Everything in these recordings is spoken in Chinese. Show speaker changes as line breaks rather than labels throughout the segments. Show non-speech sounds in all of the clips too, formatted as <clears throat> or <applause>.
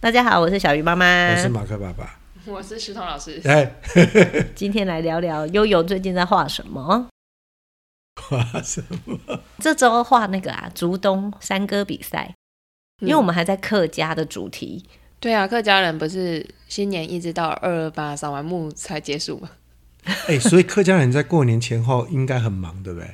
大家好，我是小鱼妈妈
哦我。是马克爸爸。
<laughs> 我是石彤老师，
哎，
今天来聊聊悠悠最近在画什么。
哇什么？
这周画那个啊，竹东山歌比赛，
嗯
因为我们还在客家的主题。
对啊，客家人不是新年一直到二二八扫完墓才结束吗？
哎，所以客家人在过年前后应该很忙，对不对？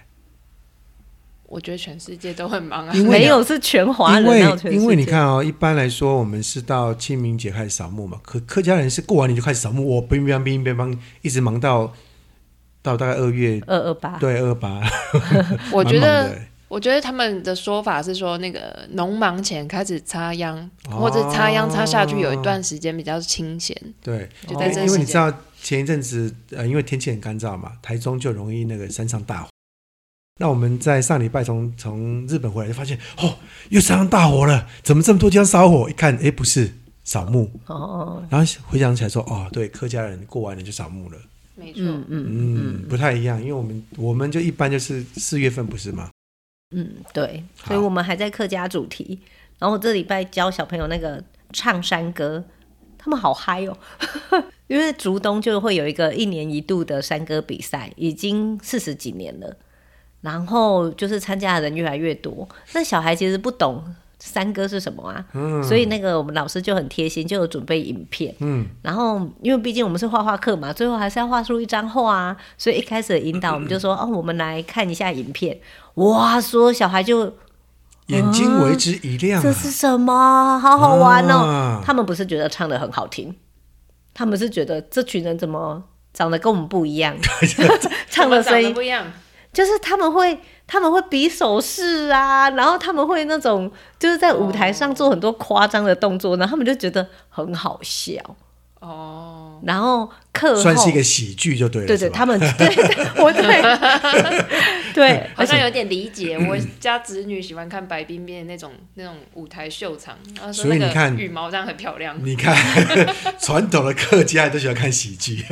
我觉得全世界都很忙啊。
因为
没有是全华人，
因
哪有全
为
世界
因为你，看哦，一般来说我们是到清明节开始扫墓嘛，可客家人是过完年就开始扫墓，我乒乓乒乓乒乓，一直忙到到大概二月，
二二八，
对二八，
我觉
蛮忙
得，
的
我觉得他们的说法是说，那个农忙前开始插秧，
哦
或者插秧插下去有一段时间比较清闲。
对，
就
因
在
为
这
哦因为
时
你
间
知道前一阵子呃，因为天气很干燥嘛，台中就容易那个山上大火。那我们在上礼拜从从日本回来就发现，哦，又山上大火了，怎么这么多地方烧火？一看，哎，不是扫墓，
哦，
然后回想起来说，哦，对，客家人过完年就扫墓了，
没错，
嗯嗯
嗯，不太一样，因为我们我们就一般就是四月份不是吗？
嗯，对，
好
所以我们还在客家主题。然后我这礼拜教小朋友那个唱山歌，他们好嗨哦， <laughs> 因为竹东就会有一个一年一度的山歌比赛，已经四十几年了。然后就是参加的人越来越多，那小孩其实不懂山歌是什么啊，
嗯
所以那个我们老师就很贴心，就有准备影片。
嗯，
然后，因为毕竟我们是画画课嘛，最后还是要画出一张画啊，所以一开始的引导我们就说，哦，我们来看一下影片。哇，所有小孩就
眼睛为之一亮、啊，
这是什么？好好玩哦！
啊
他们不是觉得唱的很好听，他们是觉得这群人怎么长得跟我们不一
<laughs>
样，唱的
的
声音
不一样。
就是他们会他们会比手势啊，然后他们会那种就是在舞台上做很多夸张的动作，然后他们就觉得很好笑。
哦，
然后课后
算是一个喜剧就对了，
对
是
对，
吧
他们 <laughs> 对对，我对
<laughs>
对，
好像有点理
<clears throat>
解。我家侄女喜欢看白冰冰的那种那种舞台秀场，然后说
所以
那
你看
个羽毛这样很漂亮。
你看， <laughs> 传统的客家都喜欢看喜剧，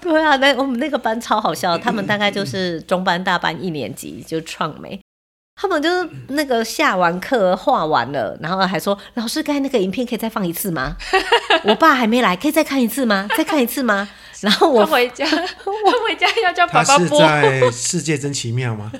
对啊，那我们那个班超好笑，他们大概就是中班、大班一年级就创美。他们就是那个下完课画完了，然后还说老师，刚才那个影片可以再放一次吗？我爸还没来，可以再看一次吗？再看一次吗？然后
她
我
回家，我回家要叫
他
爸爸
是
播。
在《世界真奇妙》
<laughs>
吗？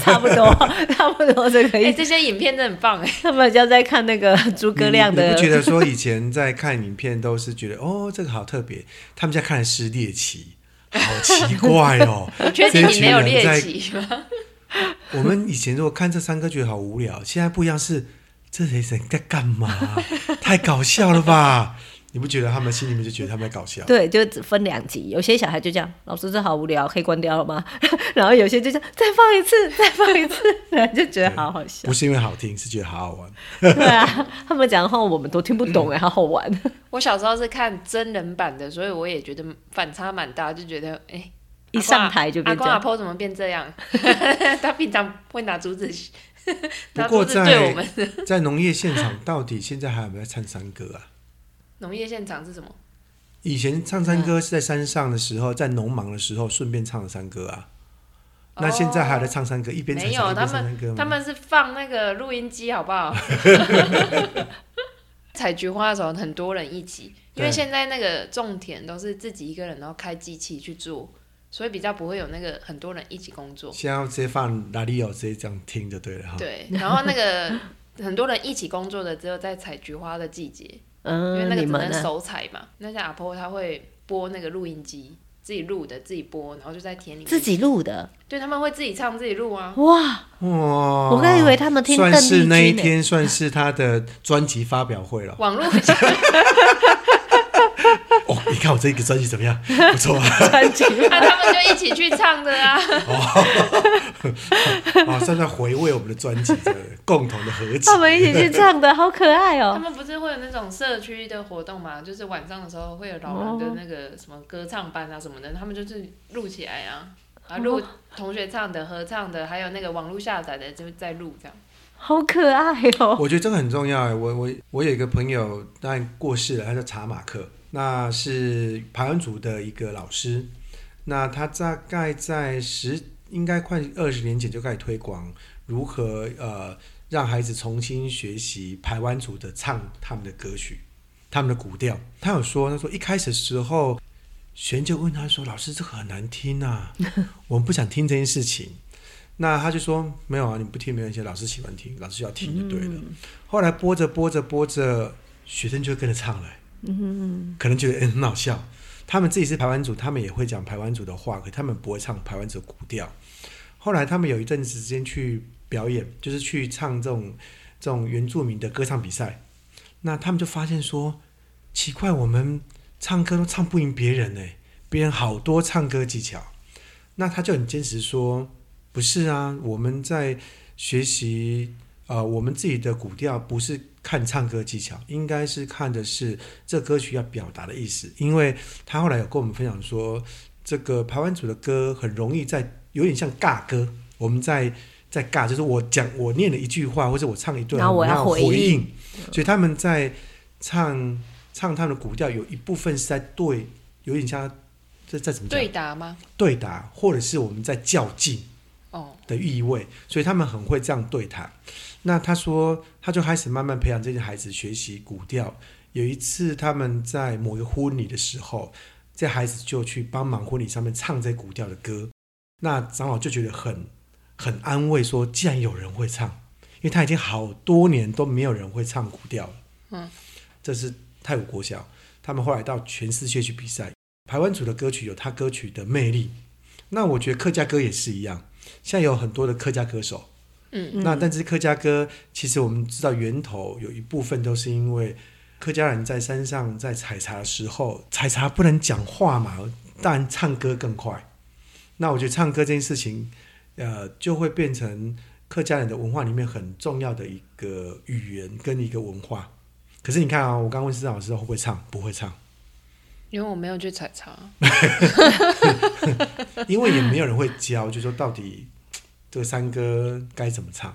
<laughs> 差不多，差不多这个
哎、
意思。
这些影片真的很棒哎。
他们就在看那个诸葛亮
你
的
你不觉得说以前在看影片都是觉得哦这个好特别，他们家看的是猎奇，好奇怪
<laughs>
哦。
确
这
定
一
你
群
没有
人
猎
在
奇吗？
我们以前如果看这三哥觉得好无聊，现在不一样是这些人在干
<laughs>
嘛？太搞笑了吧？你不觉得他们心里面就觉得他们在搞笑？
对，就只分两集。有些小孩就这样，老师这好无聊，可以关掉了吗？ <laughs> 然后有些就这样，再放一次， <laughs> 再放一次，然后就觉得好好笑
不。是因为好听，是觉得好好玩。
对啊，他们讲的话我们都听不
<laughs>
懂哎，好好玩。
<laughs> 我小时候是看真人版的，所以我也觉得反差蛮大，就觉得哎。
一上台就
阿
变这
公阿
样，
婆怎么变这 <laughs> 样？他平常会拿竹子， <laughs>
不
拿
过
竹子对我们
在。在农业现场，到底现在还有没有在唱山歌啊？
农业现场是什么？
以前唱山歌是在山上的时候，在农忙的时候顺便唱的山歌啊。那现在还有在唱山歌，一边采
哦没有
茶一
他
边唱山歌吗？
们，他们是放那个录音机，好不好？ <laughs> 采菊花的时候，很多人一起，因为
对
现在那个种田都是自己一个人，然后开机器去做，所以比较不会有那个很多人一起工作。
现在要直接放拉力哦，直接这样听就对了哈。
对，然后那个很多人一起工作的，只有在采菊花的季节，因为
嗯，
那个
你
只
们
能
呢？
手采嘛。那些阿婆她会播那个录音机，自己录的，自己播，然后就在田里面
自，己录的
对他们会自己唱自己录啊。
哇，
哇，
我刚以为他们听邓
<laughs>
算是那
丽
一
君呢。
天算是他的专辑发表会了。
网络
哦，你看我这个专辑怎么样？不错啊，
专辑
那 <laughs> 他们就一起去唱的啊。
啊，算在回味我们的专辑的共同的合集
<laughs> 他。们一起去唱的，好可爱
他
<laughs>
哦！
们不是会有那种社区的活动嘛？就是晚上的时候会有老人的那个什么歌唱班啊什么的，他们就是录起来啊，啊录
哦
同学唱的、合唱的，还有那个网络下载的，就是在录这样。
好可爱哦！
我觉得这个很重要欸。我我我有一个朋友，当然过世了，他叫查马克，那是排湾族的一个老师。那他大概在十，应该快二十年前就开始推广如何呃让孩子重新学习排湾族的唱他们的歌曲，他们的古调。他有说，他说一开始的时候，璇就问他说：“老师，这个很难听啊，我们不想听这件事情。”那他就说：“没有啊，你不听没关系，老师喜欢听，老师要听就对了。后来播着播着播着，学生就跟着唱了、嗯，可能觉得、欸、很好笑。他们自己是排湾族，他们也会讲排湾族的话，可他们不会唱排湾族古调。后来他们有一阵子时间去表演，就是去唱这种这种原住民的歌唱比赛。那他们就发现说，奇怪，我们唱歌都唱不赢别人呢，别人好多唱歌技巧。那他就很坚持说，不是啊，我们在学习呃我们自己的古调，不是看唱歌技巧，应该是看的是这歌曲要表达的意思。因为他后来有跟我们分享说，这个排湾族的歌很容易在有点像尬歌，我们在在尬，就是我讲我念了一句话，或者我唱一段，
然后我要
要
回
应，
应
所以他们在唱唱他们的古调，有一部分是在对，有点像这在怎么讲
对答吗？
对答，或者是我们在较劲。
哦，
的意味，所以他们很会这样对他。那他说，他就开始慢慢培养这些孩子学习古调。有一次，他们在某一个婚礼的时候，这孩子就去帮忙婚礼上面唱这古调的歌。那长老就觉得很很安慰说既然有人会唱，因为他已经好多年都没有人会唱古调了。
嗯，
这是泰武国小，他们后来到全世界去比赛。台湾组的歌曲有他歌曲的魅力，那我觉得客家歌也是一样。现在有很多的客家歌手，
嗯
那但是客家歌，其实我们知道源头有一部分都是因为客家人在山上在采茶的时候，采茶不能讲话嘛，但唱歌更快。那我觉得唱歌这件事情，呃，就会变成客家人的文化里面很重要的一个语言跟一个文化。可是你看啊、我刚问市长老师会不会唱，不会唱，
因为我没有去采茶，
因为也没有人会教，就说到底这个山歌该怎么唱。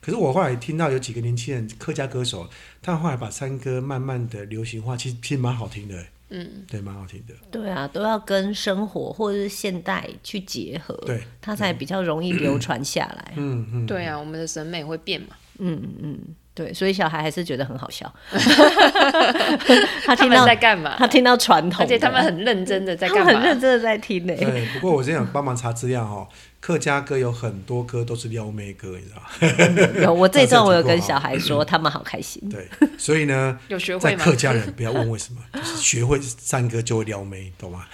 可是我后来听到有几个年轻人客家歌手，他后来把山歌慢慢的流行化，其实其实蛮好听的，欸
嗯，
对，蛮好听的。
对啊，都要跟生活或者是现代去结合，
对，
它才比较容易流传下来。
嗯嗯，
对啊，我们的审美会变嘛，
嗯嗯，对，所以小孩还是觉得很好 <laughs> 笑。他
他
听
们
到
在干嘛？
他听到传统的，
而且他们很认真的在
他
干
们很认
嘛？
真的在听呢、
对。不过我之前有帮忙查资料哦，客家歌有很多歌都是撩妹歌，你知道
<laughs>
吗？
有我这一段我有跟
这样子不
小
好
孩
嗯
说，他们好开心。
对，所以呢，
有学会
在
吗？
客家人不要问为什么， <laughs> 就是学会山歌就会撩妹，懂吗？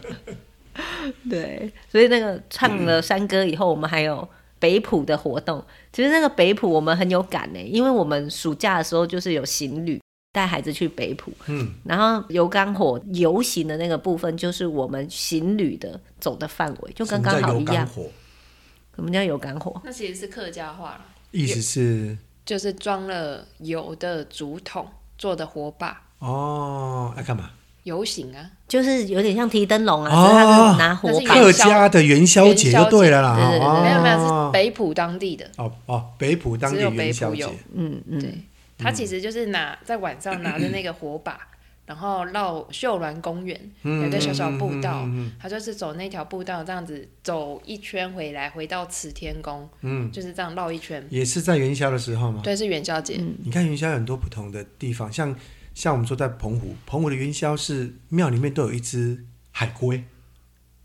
<laughs> 对，所以那个唱了山歌以后，我们还有北浦的活动。其实那个北浦我们很有感呢、因为我们暑假的时候就是有行旅带孩子去北浦，
嗯，
然后游港火游行的那个部分就是我们行旅的走的范围，就刚刚
什么叫
好一
油干
样。
火，
什么叫游港火？
那其实是客家话了，
意思是
就是装了油的竹筒做的火把
哦，要干嘛？
游行啊，
就是有点像提灯笼啊，
哦
只是他是拿火
那是
把
<laughs>
元
客
宵
家的元宵节就对了啦，
元宵节对对对
哦
对
没有没有是北浦当地的，
哦哦，北浦当地
只有北
元宵
浦
节
有，，
嗯嗯，
对，他其实就是拿在晚上拿着那个火
<laughs>
把，然后绕秀峦公园
嗯
有一个小小步道，他就是走那条步道这样子走一圈回来，回到慈天宫，
嗯，哦
就是这样绕一圈。
也是在元宵的时候吗？
对，是元宵节，
你看元宵有很多不同的地方，像像我们说在澎湖，澎湖的元宵是庙里面都有一只海龟，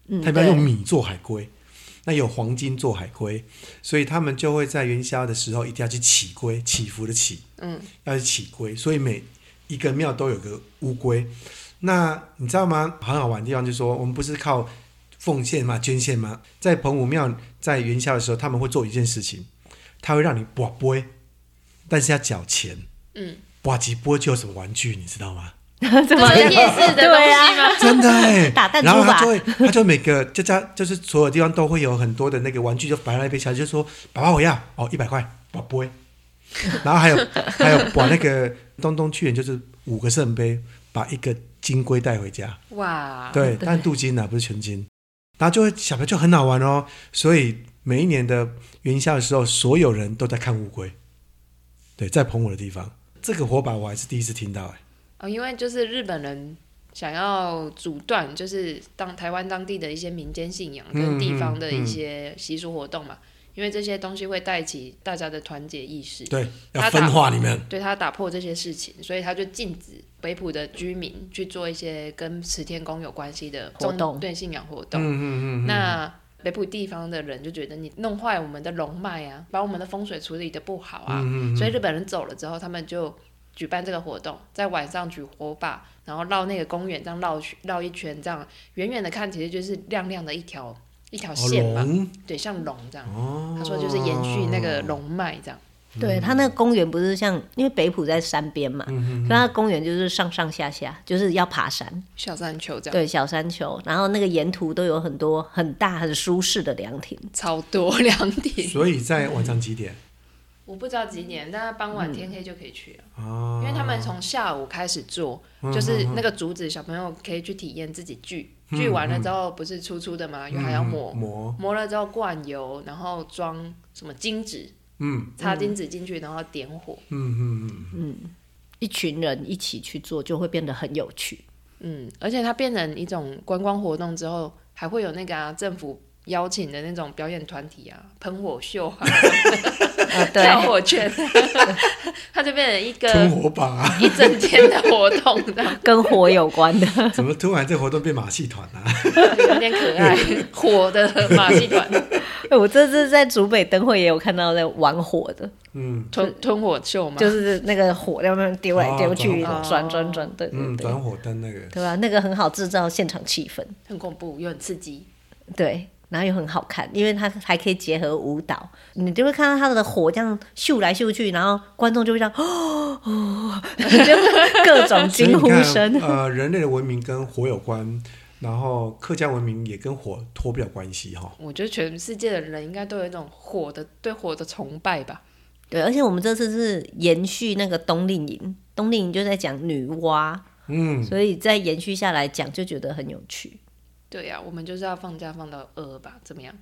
嗯
他们
对
用米做海龟，那有黄金做海龟，所以他们就会在元宵的时候一定要去起龟，祈福的祈，
嗯，
要去起龟，所以每一个庙都有个乌龟。那你知道吗？很好玩的地方就是说，我们不是靠奉献吗？捐献吗？在澎湖庙在元宵的时候，他们会做一件事情，他会让你卜龟，但是要缴钱。
嗯，
卜吉波就有什么玩具，你知道吗？
怎
<laughs> 这
么
是夜市的东
对啊
西吗？
<laughs>
真的哎、
打弹珠
然后
吧
他就会，他就每个家家就是所有地方都会有很多的那个玩具，就摆在那边小孩就说：“爸爸我要哦，一百块，宝贝。”然后还有还有把那个东东去年就是五个圣杯，把一个金龟带回家，
哇，
对，
对
但镀金啊，不是全金。然后就会小朋友就很好玩哦，所以每一年的元宵的时候，所有人都在看乌龟。对，在澎湖的地方，这个火把我还是第一次听到哎、
哦，因为就是日本人想要阻断，
嗯
就是当台湾当地的一些民间信仰跟地方的一些习俗活动嘛，因为这些东西会带起大家的团结意识。
对，要
他
分
打
化你们。
对他打破这些事情，所以他就禁止北浦的居民去做一些跟十天宫有关系的
活
宗
动
对信仰活动。
嗯嗯嗯嗯，
那北部地方的人就觉得你弄坏我们的龙脉啊，把我们的风水处理的不好啊，
嗯嗯嗯
所以日本人走了之后，他们就举办这个活动，在晚上举火把，然后绕那个公园这样绕去绕一圈，这样远远的看其实就是亮亮的一条一条
哦
线嘛，
龙
对，像龙这样。
哦，
他说就是延续那个龙脉这样，
嗯
对，它那个公园不是像，因为北浦在山边嘛，
嗯
所以它的公园就是上上下下，就是要爬山，
小山丘这样，
对，小山丘，然后那个沿途都有很多很大很舒适的凉亭，
超多凉亭。
所以在晚上几点
我不知道几点，但是傍晚天黑就可以去了，
啊？
因为他们从下午开始做，就是那个竹子，小朋友可以去体验自己锯，锯完了之后不是粗粗的嘛，又还要
磨
嗯
磨，
磨，
磨了之后灌油，然后装什么金纸，
嗯
插金纸进去，然后点火，
嗯嗯嗯嗯，
一群人一起去做，就会变得很有趣。
<laughs> 嗯，而且它变成一种观光活动之后，还会有那个啊政府。邀请的那种表演团体啊，喷火秀啊，
啊，对，
跳火圈， <laughs> 它就变成一
呃
吞
个
火把啊、 <laughs>
一整天的活动，这样
跟火有关的， <laughs>
怎么突然这活动变马戏团啊？
有点
<laughs>
可爱，火的马戏团，
我这次在竹北灯会也有看到在玩火的，
嗯
吞吞火秀嘛，
就是那个火在那边丢来丢去，
哦
转转转，对对
嗯，
对，
转火灯那个，
对吧、那个很好制造现场气氛，
很恐怖又很刺激。
对，然后又很好看，因为它还可以结合舞蹈，你就会看到它的火这样咻来咻去，然后观众就会这样，哦，哦 <laughs> 就各种
所以
惊
你
呼
看
声。
呃，人类的文明跟火有关，然后客家文明也跟火脱不了关系哈、
我觉得全世界的人应该都有一种火的对火的崇拜吧。
对，而且我们这次是延续那个冬令营，冬令营就在讲女娲，
嗯，
所以再延续下来讲，就觉得很有趣。
对啊呀、我们就是要放假放到二吧，怎么 <laughs> 样？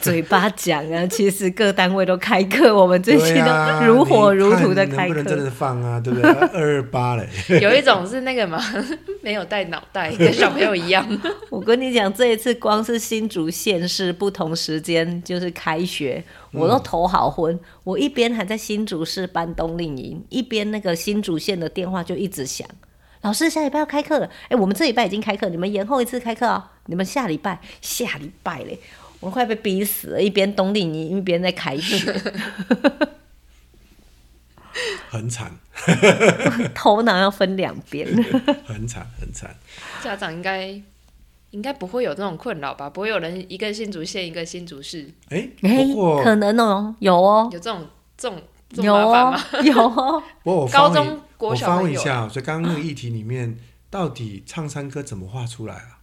嘴巴讲啊，其实各单位都开课，我们 <laughs> 最近
对
都
啊
如火如荼的
你
开
看能不
课
能。真的放啊？对不对？二二八嘞， <laughs>
有一种是那个嘛， <laughs> 没有带脑袋，跟小朋友一样。 <laughs>
<laughs> 我跟你讲，这一次光是新竹县市不同时间就是开学，我都头好昏。我一边还在新竹市办冬令营，一边那个新竹县的电话就一直响。老师，下礼拜要开课了。哎，我们这礼拜已经开课，你们延后一次开课哦。你们下礼拜，下礼拜嘞，我快被逼死了。一边冬令营，一边在开学，
很惨，
头脑要分两边。
很惨，很惨。
家长应该应该不会有这种困扰吧？不会有人一个新竹县一个新竹市
哎，
哎
不过，
可能哦，有哦
有，这种这种这
有
种
哦
麻烦吗？，
有哦。
不过我发
高
问
中国
我
小
发
都
问一
有。
下，所以刚刚那个议题里面，到底唱山歌怎么画出来啊？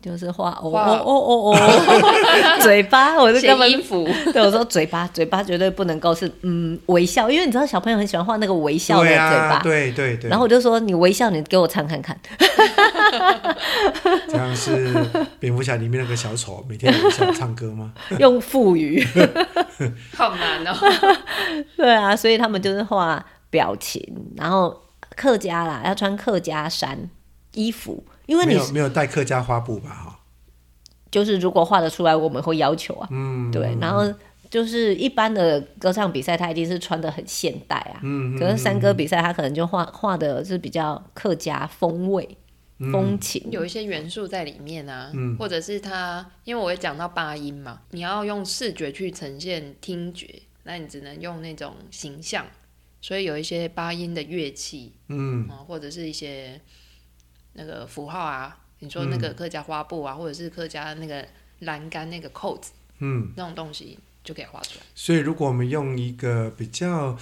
就是画哦
画
哦哦哦哦， <laughs> 嘴巴，我是
写
根本
衣服，
<laughs> 对我说嘴巴，嘴巴绝对不能够是嗯微笑，因为你知道小朋友很喜欢画那个微笑的
对
嘴
啊，
巴。
对对对。
然后我就说你微笑，你给我唱看
<laughs>
看。
这
<laughs>
样是蝙蝠侠里面那个小丑每天微笑唱歌吗？
用腹语，
好难哦。
对啊，所以他们就是画表情，然后客家啦，要穿客家衫衣服，因为
没
你
有没有带客家花布吧？哈，
就是如果画得出来，我们会要求啊，
嗯，
对，然后。就是一般的歌唱比赛，他一定是穿的很现代啊。
嗯，嗯
可是山歌比赛，他可能就画画的是比较客家风味、风情。
有一些元素在里面啊，
嗯
或者是它，因为我也讲到八音嘛，你要用视觉去呈现听觉，那你只能用那种形象，所以有一些八音的乐器
嗯，
啊、或者是一些那个符号啊，你说那个
嗯
客家花布啊，或者是客家那个栏杆那个扣子，
嗯，
那种东西就可以画出来。
所以如果我们用一个比较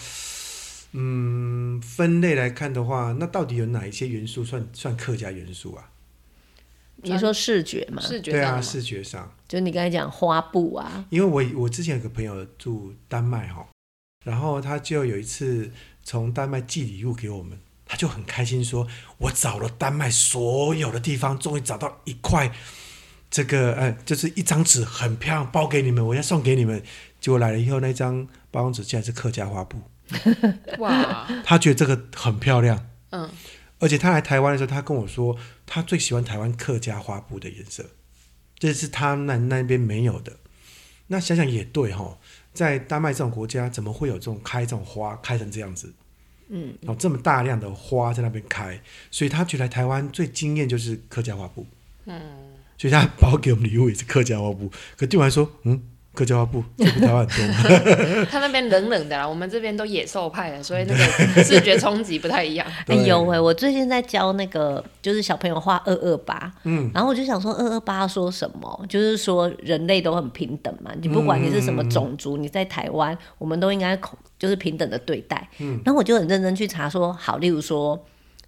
嗯分类来看的话，那到底有哪一些元素算算客家元素啊？
你说视觉嘛，
视觉
对啊，
上的嘛，
视觉上，
就你刚才讲花布啊，
因为我我之前有个朋友住丹麦哈，然后他就有一次从丹麦寄礼物给我们。他就很开心说：“我找了丹麦所有的地方，终于找到一块这个呃，就是一张纸很漂亮，包给你们，我要送给你们。结果来了以后，那张包装纸竟然是客家花布，
哇，
他觉得这个很漂亮。
嗯，
而且他来台湾的时候，他跟我说，他最喜欢台湾客家花布的颜色，这是他那那边没有的。那想想也对哈，在丹麦这种国家，怎么会有这种开这种花开成这样子？嗯，哦，这么大量的花在那边开，所以他觉得台湾最惊艳就是客家花布。嗯，所以他包给我们礼物也是客家花布，可对我来说，嗯，客家花布这比台湾很多吗？ <laughs>
他那边冷冷的啦，我们这边都野兽派的，所以
<laughs>
那个视觉冲击不太一样。
哎
<laughs>
对
呦喂！我最近在教那个，就是小朋友画二二八，嗯，然后我就想说二二八说什么？就是说人类都很平等嘛，你不管你是什么种族，你在台湾，我们都应该恐就是平等的对待。嗯，然后我就很认真去查说，好，例如说。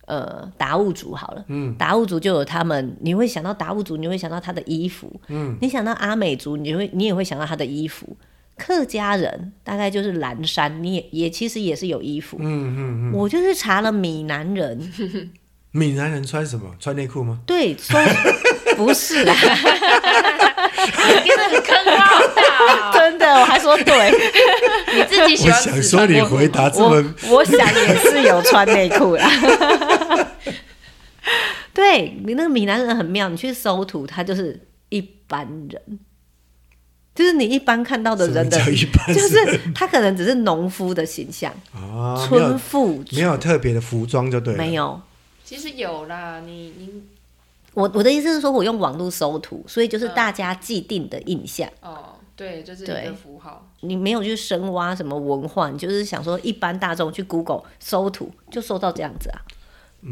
呃，达悟族好了，嗯，达悟族就有他们，你会想到达悟族，你会想到他的衣服，嗯，你想到阿美族，你会你也会想到他的衣服。客家人大概就是蓝山，你也也其实也是有衣服，嗯嗯嗯，我就去查了闽南人， <laughs>
闽南人穿什么？穿内裤吗？
对，说不是 <laughs> 啦，
你真的坑好大、哦，
真的，我还说对，
你自己喜
我
欢
想
紫
说
川
你
过
回答这
我
么
我想也是有穿内裤啦。 <laughs> 对，你那个闽南人很妙，你去搜图，他就是一般人，就是你一般看到的
什么
人的
叫，一般
<laughs> 就
人，
是他可能只是农夫的形象，
啊，没
村
有
妇
没有特别的服装就对了，
没有。
其实有啦，你你
我我的意思是说，我用网络搜图，所以就是大家既定的印象。
哦，对，就是一
对
个符号。
你没有去深挖什么文化，你就是想说一般大众去 Google 搜图就搜到这样子啊。
嗯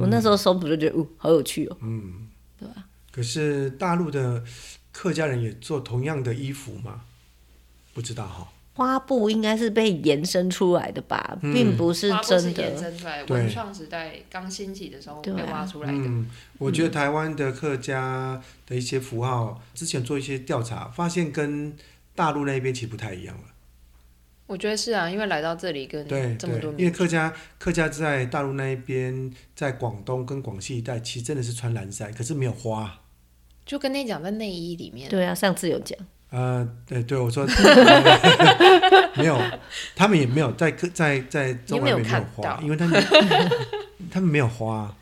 我那时候搜图就觉得，哦，好有趣哦。
可是大陆的客家人也做同样的衣服吗？不知道哈。
花布应该是被延伸出来的吧，
嗯
并不是
花布是
真
衍
的。
生出来，
对
文创时代刚兴起的时候
对
被
啊
挖出来的。
嗯，我觉得台湾的客家的一些符号，之前做一些调查，发现跟大陆那边其实不太一样了。
我觉得是啊，因为来到这里跟
对
这么
对
多，
因
民
为客家客家在大陆那一边，在广东跟广西一带，其实真的是穿蓝衫，可是没有花。
就跟你讲在内衣里面，
对啊，上次有讲，
呃，对对，我说 <laughs> 没有，他们也没有在客在在中
你
南美
有没有
没有
看
花，
到
因为他们他们没有花，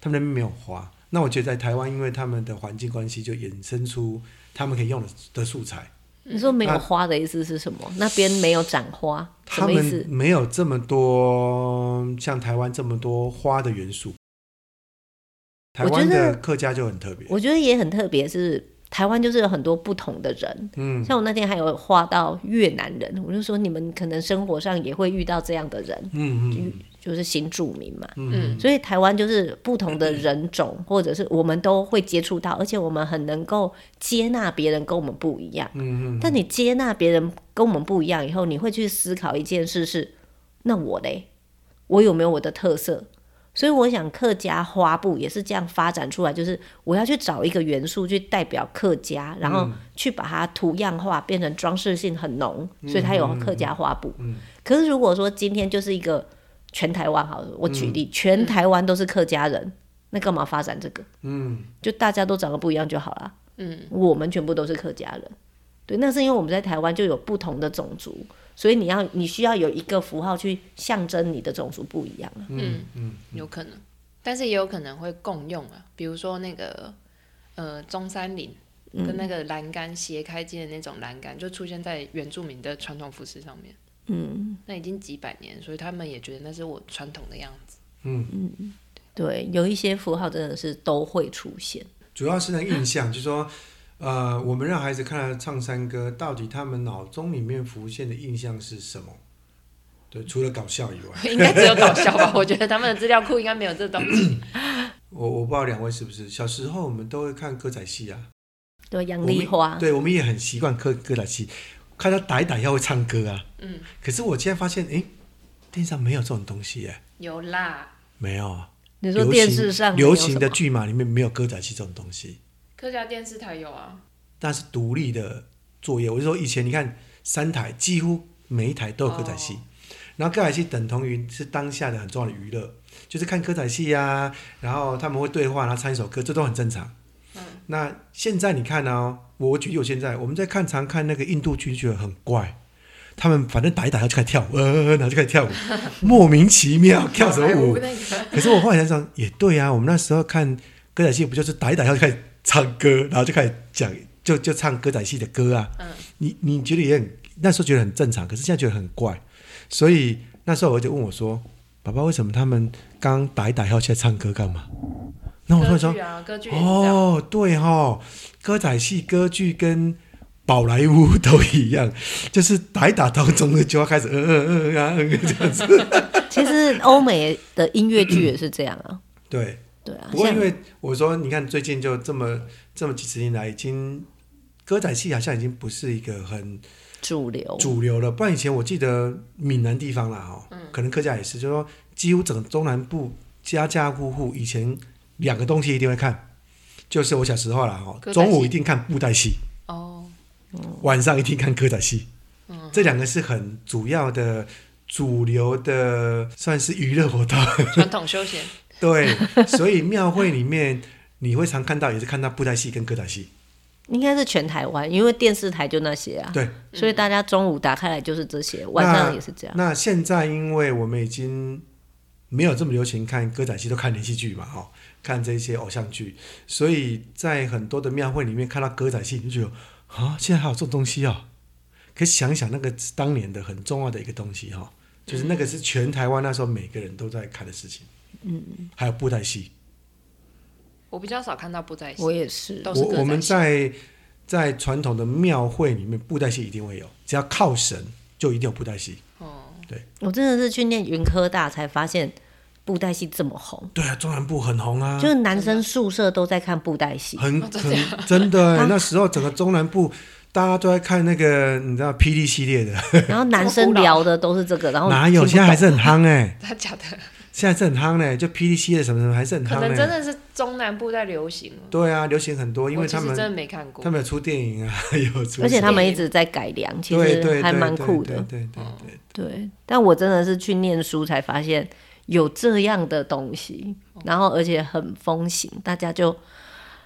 他们那边没有花。那我觉得在台湾，因为他们的环境关系，就衍生出他们可以用的的素材。
你说没有
那
花的意思是什么？那边没有长花，什
他
么意
们
思？
没有这么多像台湾这么多花的元素。台湾
我觉
的客家就很特别，
我觉得也很特别，是台湾就是有很多不同的人。
嗯，
像我那天还有画到越南人，我就说你们可能生活上也会遇到这样的人，
嗯嗯
就是新住民嘛。
嗯
所以台湾就是不同的人种，或者是我们都会接触到，而且我们很能够接纳别人跟我们不一样。
嗯嗯，
但你接纳别人跟我们不一样以后，你会去思考一件事是：那我嘞，我有没有我的特色？所以我想，客家花布也是这样发展出来，就是我要去找一个元素去代表客家，然后去把它图样化，变成装饰性很浓，所以它有客家花布。可是如果说今天就是一个全台湾好了，我举例，全台湾都是客家人，那干嘛发展这个？嗯，就大家都长得不一样就好了。嗯，我们全部都是客家人。对，那是因为我们在台湾就有不同的种族，所以你要你需要有一个符号去象征你的种族不一样啊。
嗯嗯，有可能，但是也有可能会共用啊，比如说那个呃中山陵
嗯
跟那个栏杆斜开间的那种栏杆，就出现在原住民的传统服饰上面。嗯，那已经几百年，所以他们也觉得那是我传统的样子。
对，有一些符号真的是都会出现。
主要是那个印象，就是说，呃，我们让孩子看了唱山歌，到底他们脑中里面浮现的印象是什么？对，除了搞笑以外，
<laughs> 应该只有搞
<laughs>
笑吧？我觉得他们的资料库应该没有这东西。
我我不知道两位是不是小时候我们都会看歌仔戏啊，
对，杨
我
丽
们
花，
对，我们也很习惯看歌仔戏，看他打一打要会唱歌啊。
嗯，
可是我现在发现，诶，电视上没有这种东西耶，
有啦，
没有啊。
你
你
说电视上没有
流
什
行
么
的剧码里面没有歌仔戏这种东西。
客家电视台有啊，
那是独立的作业。我就说以前你看三台几乎每一台都有歌仔戏，然后歌仔戏等同于是当下的很重要的娱乐，就是看歌仔戏啊，然后他们会对话，然后唱一首歌，这都很正常。那现在你看哦，我举例，我现在我们在看常看那个印度剧，就觉得很怪。他们反正打一打，他就开始跳舞，呃，然后就开始跳舞，莫名其妙跳什么舞？
哎那个
可是我后来想想，也对啊，我们那时候看歌仔戏，不就是打一打，然后就开始唱歌，然后就开始讲，就就唱歌仔戏的歌啊。
嗯
你你觉得也很那时候觉得很正常，可是现在觉得很怪。所以那时候我儿子问我说：“爸爸，为什么他们刚打一打要去唱歌干嘛？”那我突
歌
然说
剧啊，歌：“剧也是这样，
哦，对哦，歌仔戏、歌剧跟宝莱坞都一样，就是打一打当中就要开始嗯嗯嗯啊嗯嗯这样
<laughs>
子。
其实欧美的音乐剧也是这样啊，
对，
对啊，
不过
像
因为我说，你看最近就这么这么几十年来，已经歌仔戏好像已经不是一个很
主
哦
流，
主流了。不然以前我记得闽南地方啦，哦，
嗯
可能客家也是，就是说几乎整个中南部家家户户以前两个东西一定会看，就是我小时候啦，哦
歌，仔戏
中午一定看布袋戏，
哦，
晚上一定看歌仔戏，
嗯
这两个是很主要的主流的，算是娱乐活动。
传统休闲，
对，所以庙会里面你会常看到，也是看到布袋戏跟歌仔戏。
应该是全台湾，因为电视台就那些啊，
对，
所以大家中午打开来就是这些，晚上也是这样。
那现在因为我们已经没有这么流行看歌仔戏，都看连续剧嘛，哦，看这些偶像剧，所以在很多的庙会里面看到歌仔戏，你就觉得啊，现在还有这种东西哦。可是想想那个是当年的很重要的一个东西哈、哦，就是那个是全台湾那时候每个人都在看的事情。嗯，还有布袋戏，
我比较少看到布袋戏
我，也是，
都是
我
歌仔戏
我们在在传统的庙会里面，布袋戏一定会有，只要靠神就一定有布袋戏。
哦，
我真的是去念云科大才发现布袋戏这么红，
对啊，中南部很红啊，哎
就是男生宿舍都在看布袋戏，
很
哦真的
很 <laughs> 真的
啊
欸，那时候整个中南部大家都在看那个，你知道霹雳系列的，
然后男
这
生
么古老
聊的都是这个，然后
<laughs> 哪有？
哦听不
现在还是很夯哎、
他假的，
现在是很夯嘞、欸就霹雳系列什么什么还是很
可
夯
能
嘞、
真的是中南部在流行了，
对啊，流行很多，因为
我其
他
实真的
们
没看过
他，们有出电影啊， <laughs> 有出什么，
而且他们一直在改良，其
对
实
对
还蛮
对
酷的。哦
对对对对对
对，但我真的是去念书才发现有这样的东西，
哦
然后而且很风行，大家就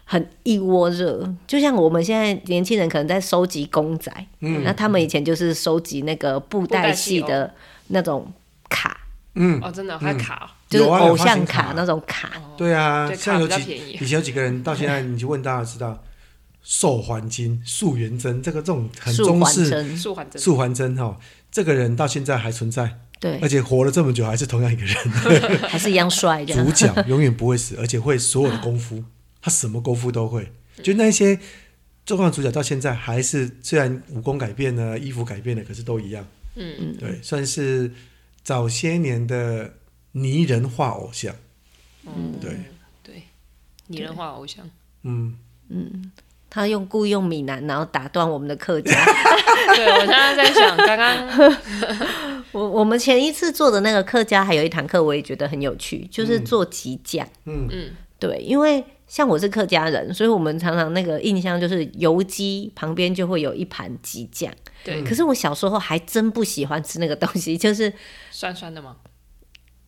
很一窝热。就像我们现在年轻人可能在收集公仔，嗯，那他们以前就是收集那个布
布袋
袋
戏
戏
哦偶
的那种卡，
嗯，
哦，真的还卡
就是
有啊
偶
有发行
像
卡啊
那种卡。
对啊
哦，，对
像
卡
有
比较
几
便宜，
以前有几个人到现
<laughs>
在，你去问大家知道，寿环金、素元贞这个这种很
束
中
环
式
针，
素还真的
嗯素环真哈、哦，这个人到现在还存在，
对，
而且活了这么久还是同样一个
<laughs>
人。
还是一样帅这样
哎主。角永远不会死，而且会所有的功夫，他什么功夫都会。
嗯
就那些重要的主角到现在还是，虽然武功改变了，衣服改变了，可是都一样。
嗯，
对，算是早些年的泥人化偶像。
嗯
对，
对，拟人化偶像，
嗯，
<laughs> 他用故意用闽南，然后打断我们的客家。 <laughs>
对我现在在想，刚刚
嗯
我我们前一次做的那个客家，还有一堂课我也觉得很有趣，就是做吉酱。
嗯
嗯，
对，因为像我是客家人，所以我们常常那个印象就是油鸡旁边就会有一盘吉酱。
对
嗯
可是我小时候还真不喜欢吃那个东西， <laughs> 就是
酸酸的嘛，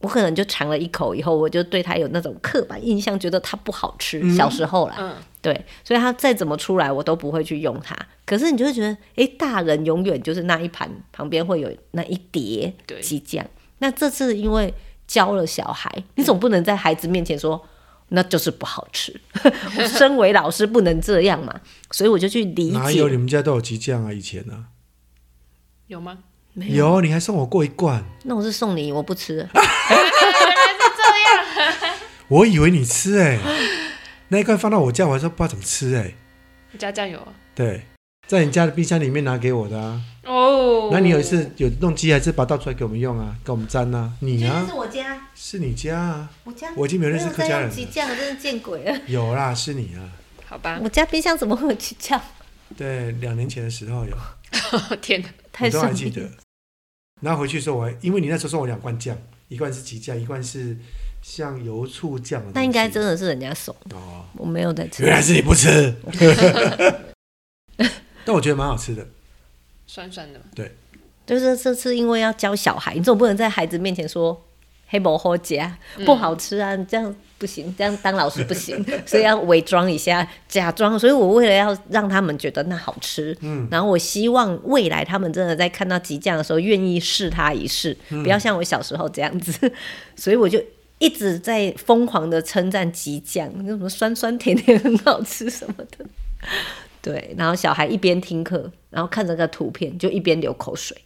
我可能就尝了一口以后，我就对它有那种刻板印象，觉得它不好吃。小时候啦，
嗯，
对，所以它再怎么出来，我都不会去用它。可是你就会觉得，诶，大人永远就是那一盘旁边会有那一碟
对
鸡酱。那这次因为教了小孩，你总不能在孩子面前说那就是不好吃。 <laughs> 我身为老师不能这样嘛，所以我就去理
哪有你
解。
们家都有吉酱啊？以前啊，
有吗？
没有，
有，你还送我过一罐，
那我是送你，我不吃。
我以为你吃
<laughs>
哎、那一罐放到我家，我还说不知道怎么吃哎、
加酱油啊，
对，在你家的冰箱里面拿给我的啊。
哦，
那你有一次有弄鸡还是把它倒出来给我们用啊，给我们沾啊？你啊，
我家，
是你家啊。
我家
我已经没有
哎
认识客家人了。
酱，真是见鬼了！
有啦，是你啊。
好吧，
我家冰箱怎么会有鸡酱？
对，两年前的时候有，
哦天哪，
太
我都还
神
记
秘
得。然后回去的时候，我还因为你那时候送我两罐酱，一罐是鸡酱，一罐是像油醋酱的东西。
那应该真的是人家送，
哦，
我没有在吃
原。来是你不
<laughs>
吃。但我觉得蛮好吃的。
酸酸的嘛，
就是这次因为要教小孩，你总不能在孩子面前说黑某好姐啊不好吃啊，你这样不行，这样当老师不行， <laughs> 所以要伪装一下，假装。所以我为了要让他们觉得那好吃，
嗯，
然后我希望未来他们真的在看到吉酱的时候，愿意试它一试，不要像我小时候这样子。 <laughs> 所以我就。一直在疯狂的称赞吉酱，那什么酸酸甜甜很好吃什么的， <laughs> 对，然后小孩一边听课，然后看着那个图片，就一边流口水。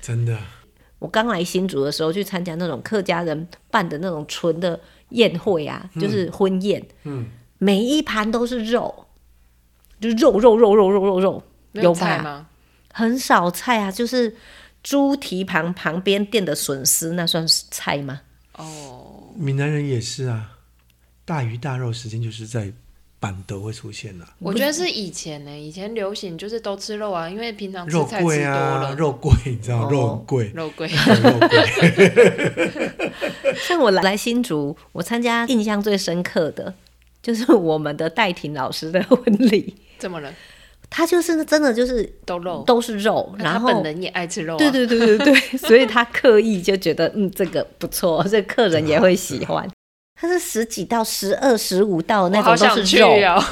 真的
我刚来新竹的时候，去参加那种客家人办的那种纯的宴会啊，就是婚宴，
嗯
每一盘都是肉，就是肉肉肉肉肉肉肉，
没有
吧
菜吗？
很少菜啊，就是猪蹄旁旁边垫的笋丝，那算是菜吗？
哦，
闽南人也是啊，大鱼大肉时间就是在板德会出现啊了、
我觉得是以前呢、以前流行就是都吃肉啊，因为平常吃
肉
菜吃
桂
多
啊，
了，
肉桂，你知道、
哦
肉很贵，
肉桂 <laughs>
对肉桂， <laughs>
像我来来新竹，我参加印象最深刻的就是我们的戴婷老师的婚礼，
怎么了？
他就是真的就是
都肉，
都是肉，
那
然
他
后
本人也爱吃肉啊。
对对对对对， <laughs> 所以他刻意就觉得嗯这个不错， <laughs> 这个客人也会喜欢。他是十几道、十二、十五道那
我好
种
想
都是
去
肉，
哦。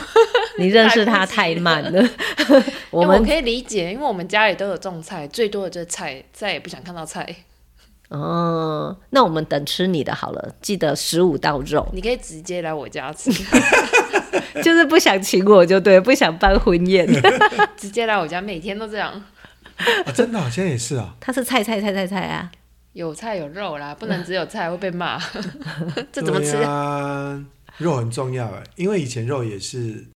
你认识他
太
太
不
慢
<laughs>
了。 <laughs> 我
因为
们
我可以理解，因为我们家里都有种菜，最多的就是菜，再也不想看到菜。 <laughs>
哦，那我们等吃你的好了，记得十五道肉， <laughs>
你可以直接来我家吃， <laughs>
就是不想请我就对，不想办婚宴。 <laughs>
直接来我家，每天都这样，
啊真的、好现在也是啊。
他是菜菜菜菜菜啊，
有菜有肉啦，不能只有菜会被骂。 <laughs> 这怎么吃
对？啊？肉很重要哎，因为以前肉也是，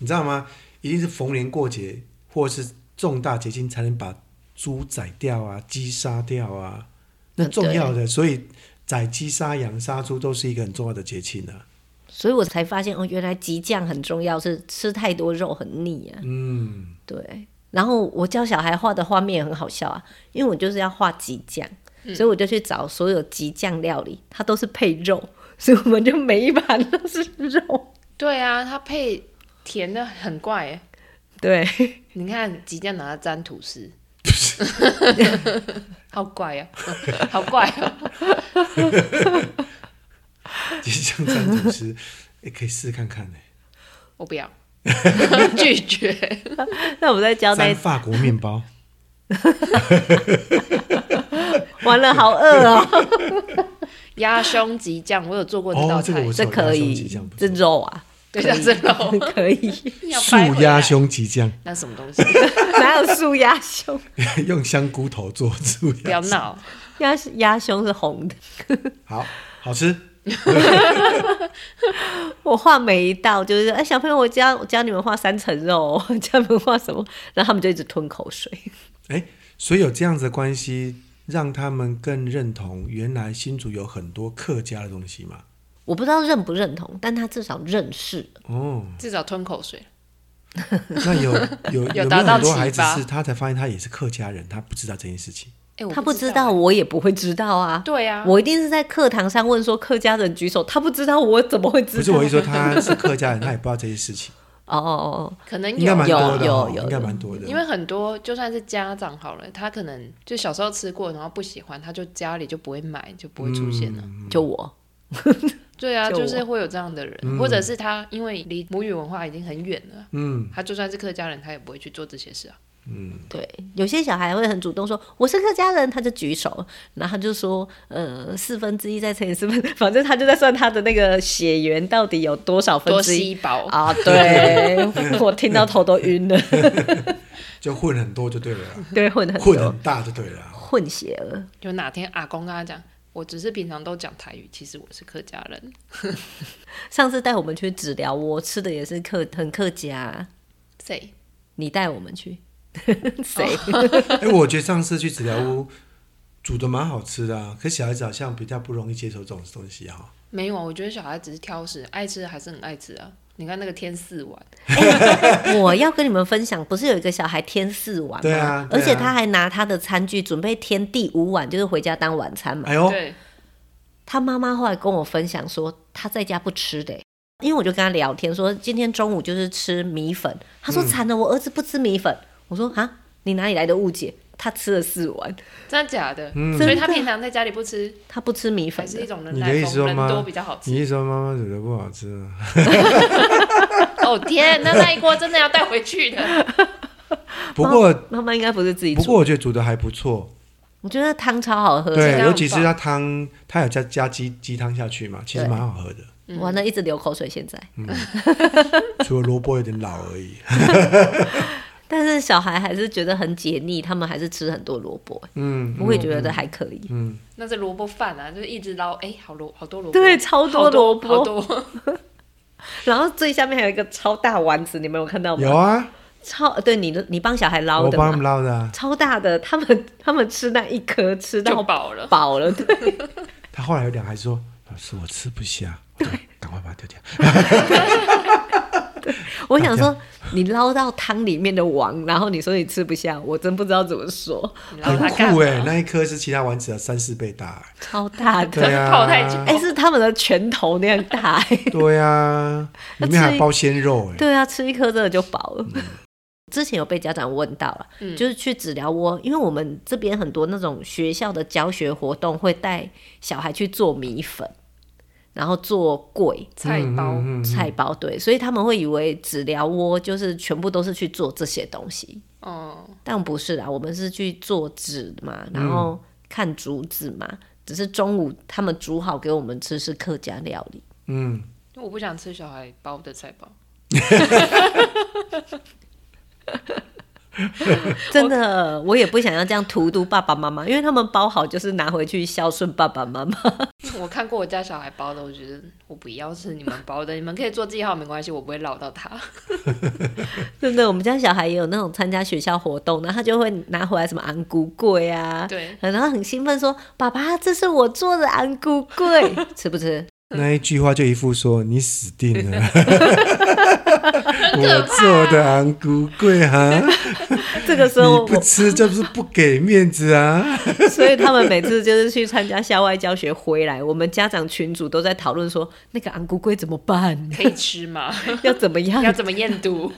你知道吗？一定是逢年过节或是重大节庆才能把猪宰掉啊，鸡杀掉啊，那
嗯
重要的，所以宰鸡、杀羊、杀猪都是一个很重要的节庆啊。
所以我才发现哦，原来鸡酱很重要，是吃太多肉很腻啊。
嗯， <laughs>
对，然后我教小孩画的画面也很好笑啊，因为我就是要画鸡酱，所以我就去找所有鸡酱料理，它都是配肉，所以我们就每一盘都是肉。
对啊，它配甜的很怪欸耶。
对， <laughs>
你看，即将拿它沾吐司， <laughs> 好怪哦， <laughs> 好怪哦。
鸡酱蘸吐司，也哎可以试看看呢。
我不要， <laughs> 拒绝。
那我再教
沾
代，
法国面包，
完了好饿
<laughs>
哦，
鸭胸即酱，我有做过这道
哦，这
菜
个，我
这
手
可
压胸
以
鸡酱，不
这
错
肉啊，
对，像这种
可以，
<laughs> 要
素
掰回
鸭
来
胸鸡酱， <laughs>
那什么东西？ <laughs>
哪有素鸭胸？
用香菇头做素
不
鸭
要
胸，
闹，
鸭鸭胸是红的。
好好吃。
我画每一道就是，哎、小朋友，我教我教你们画三层肉哦， <laughs> 我教你们画什么，然后他们就一直吞口水。
哎，所以有这样子的关系，让他们更认同原来新竹有很多客家的东西嘛。
我不知道认不认同，但他至少认识。
哦，
至少吞口水。
那
<laughs>
有有有没有
达到
很多
启
孩子
发
是他才发现他也是客家人，他不知道这件事情。
哎，我
他不知
知
道，
道。
我也不会知道啊。
对啊，
我一定是在课堂上问说客家人举手，他不知道，我怎么会知道？
不
啊
是我一说他是客家人，他也不知道这些事情，
哦哦
可能
应该
有
蛮
有
多的哦，
有有
应该蛮多的。
因为很多就算是家长好了，他可能就小时候吃过，然后不喜欢，他就家里就不会买，就不会出现了。
嗯
哦，就我，
对啊，
就我嗯
就是会有这样的人，或者是他因为离母语文化已经很远了，
嗯，
他就算是客家人，他也不会去做这些事啊。
对，有些小孩会很主动说我是客家人，他就举手，然后他就说呃四分之一再乘以四分，反正他就在算他的那个血缘到底有多少分
多
之一。
吸饱，
啊，对， <laughs> 我听到头都晕了，
就混很多就对了啦，
<laughs> 对，混很
混
多
很大就对了哦啦。
混血儿，
就哪天阿公跟他讲，我只是平常都讲台语，其实我是客家人。
上次带我们去治疗，我吃的也是客很客家，
谁？
你带我们去， <laughs> 谁？
哎，我觉得上次去纸疗屋煮的蛮好吃的啊，可小孩子好像比较不容易接受这种东西哈。
没有啊，我觉得小孩只是挑食，爱吃还是很爱吃啊。你看那个天四碗，
我要跟你们分享，不是有一个小孩添四碗吗？
对啊
而
对啊
且他还拿他的餐具准备添第五碗，就是回家当晚餐嘛。
哎呦，
对，
他妈妈后来跟我分享说，他在家不吃的欸、因为我就跟他聊天说，今天中午就是吃米粉。他
嗯
说惨了，我儿子不吃米粉。我说啊，你哪里来的误解？他吃了四碗，
真的假的？
嗯
所以他平常在家里不吃，
他不吃米粉
还是一
的。
种人
你
来
的意思
疯，
说
人
吗
多比较好吃。
你一说妈妈煮的不好吃啊？
哦天，那那一锅真的要带回去的。
不过
妈妈应该不是自己
不
煮，
过我觉得煮的还不错，
我觉得汤超好喝。
对，
量
尤其是
吧
它汤，它有加加鸡鸡汤下去嘛，其实蛮好喝的。
我那一直流口水现在。
嗯除了萝卜有点老而已。
但是小孩还是觉得很解腻，他们还是吃很多萝卜、
嗯，
我也觉得还可以。
嗯，
那是萝卜饭啊，就是一直捞，哎、好萝好多萝卜，
对超多
好
萝
多
卜
好多。
然后最下面还有一个超大丸子，你们有看到吗？
有啊，
超对你你帮小孩捞
我
的
帮
嘛
他们，捞的啊、
超大的，他们他们吃那一颗吃到
就饱了
饱了，对，
他后来有两个孩子说：“老师，我吃不下，赶快把它丢掉。
我想说，你捞到汤里面的王，然后你说你吃不下，我真不知道怎么说，
你”捞
很
它干
酷哎、
嘛？
那一颗是其他丸子的三四倍大、欸。
超大的，
对啊，
泡太久
哎、是他们的拳头那样大、哎
对
<laughs>
啊，里面还包鲜肉哎、
对啊，吃一颗真的就饱了。之前有被家长问到了，
嗯
就是去纸疗窝，因为我们这边很多那种学校的教学活动会带小孩去做米粉，然后做桂
菜包、
嗯嗯嗯
菜包，对，所以他们会以为纸疗窝就是全部都是去做这些东西，
哦，
但不是啦，我们是去做纸嘛，然后看竹子嘛，只是中午他们煮好给我们吃是客家料理。
嗯，
因为我不想吃小孩包的菜包，
<laughs> 真的，我也不想要这样荼毒爸爸妈妈，因为他们包好就是拿回去孝顺爸爸妈 <laughs> 妈。
我看过我家小孩包的，我觉得嗯我不要吃你们包的，你们可以做记号没关系，我不会捞到它。
对不对？我们家小孩也有那种参加学校活动，然后他就会拿回来什么昂菇桂啊，
对，
然后很兴奋说：“爸爸，这是我做的昂菇桂，
<laughs>
吃不吃
嗯
那一句话就一副说你死定
<laughs>
了， <laughs> 我做的昂古贵
<laughs>
啊，？”
这个时候
你
我
不吃就是不给面子啊。 <laughs>
所以他们每次就是去参加校外教学回来，我们家长群组都在讨论说，那个昂咕龟怎么
<laughs>
办？
<laughs> 可以吃吗？
要怎么样
要？怎么验毒？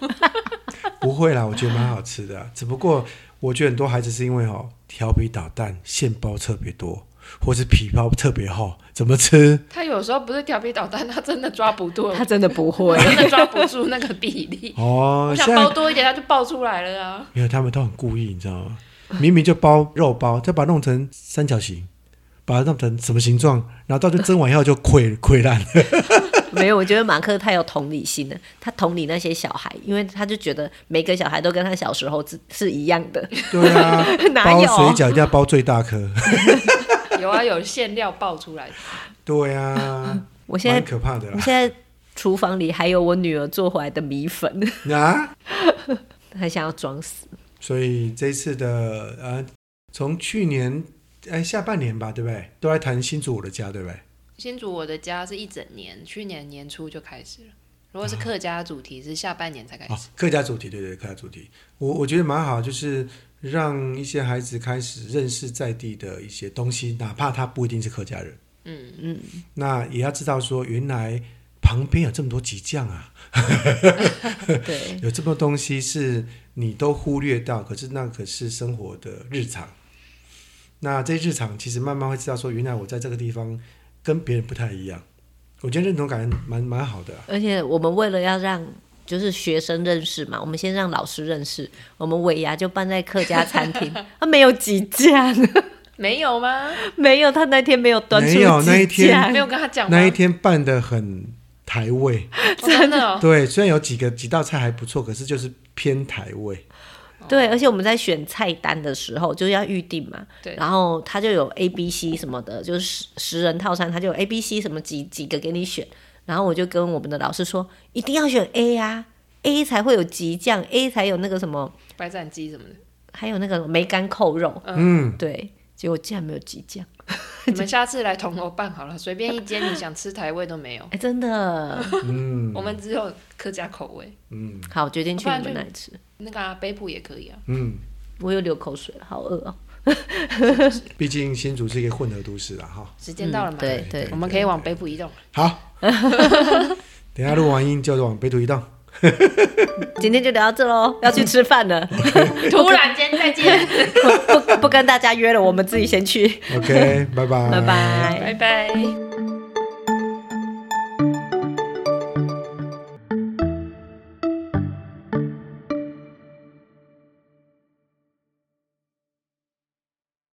不会啦，我觉得蛮好吃的啊、只不过我觉得很多孩子是因为哦调皮捣蛋，馅包特别多，或是皮包特别厚，怎么吃？
他有时候不是调皮捣蛋，他真的抓不住，
他真的不会。
真的抓不住那个
<laughs>
比例。
哦
我，想
现在
包多一点，他就爆出来了啊！
没有，他们都很故意，你知道吗？明明就包肉包，再把它弄成三角形，把它弄成什么形状，然后到就蒸完以后就溃溃烂了。
没有，我觉得马克太有同理心了，他同理那些小孩，因为他就觉得每个小孩都跟他小时候是是一样的。，
对啊
<laughs> 哪
<laughs> 包
有
水饺一定要包最大颗。
有啊，有馅料爆出来，
对啊，
我 <laughs> 现
蛮
在，
可怕的
我
啦。
现在厨房里还有我女儿做回来的米粉， <laughs>
啊，
还想要装死。
<laughs> 所以这次的呃，从去年哎下半年吧，对不对？都在谈新竹我的家，对不对？
新竹我的家是一整年，去年年初就开始了。如果是客家主题，是下半年才开
哦
始。，
客家主题，对对，客家主题，我我觉得蛮好，就是让一些孩子开始认识在地的一些东西，哪怕他不一定是客家人，
嗯，
那也要知道说，原来旁边有这么多吉酱啊，
对，
有这么多东西是你都忽略到，可是那可是生活的日常。那这日常其实慢慢会知道说，原来我在这个地方跟别人不太一样。我觉得认同感蛮蛮好的啊、
而且我们为了要让就是学生认识嘛，我们先让老师认识，我们尾牙就办在客家餐
<laughs>
厅，啊，没有几酱。
没有吗？
没有，他那天没有端出
没有那一
鸡架
天
没有跟他讲吗
那？一天办的很台味。
哦真的哦，
对，虽然有几个几道菜还不错，可是就是偏台味。
哦
对，而且我们在选菜单的时候就是要预定嘛，
对
然后他就有 A、B、C 什么的，就是十十人套餐，他就有 A、B、C 什么几几个给你选，然后我就跟我们的老师说，一定要选 A 啊，A 才会有吉酱，A 才有那个什么，
白斩鸡什么的，
还有那个梅干扣肉，
嗯，
对，结果竟然没有吉酱，
你们下次来铜锣办好了，随便一间你想吃台味都没有，
哎，真
<laughs>
的，
嗯
我们只有客家口味。
好，我决定去
不然
你们
就
那里吃，
那个啊，北普也可以啊。
嗯
我又流口水了，好饿哦，
毕竟新竹是一个混合都市啦，哈。
时间到了嘛，
嗯对对
我们可以往北普移动了。
<laughs> 好，等一下录完音就往北土移动。
今天就聊到这喽，要去吃饭了，
<laughs>
突然间再见，
不不跟大家约了，我们自己先去，
<laughs> OK，拜拜，
拜拜。
拜拜。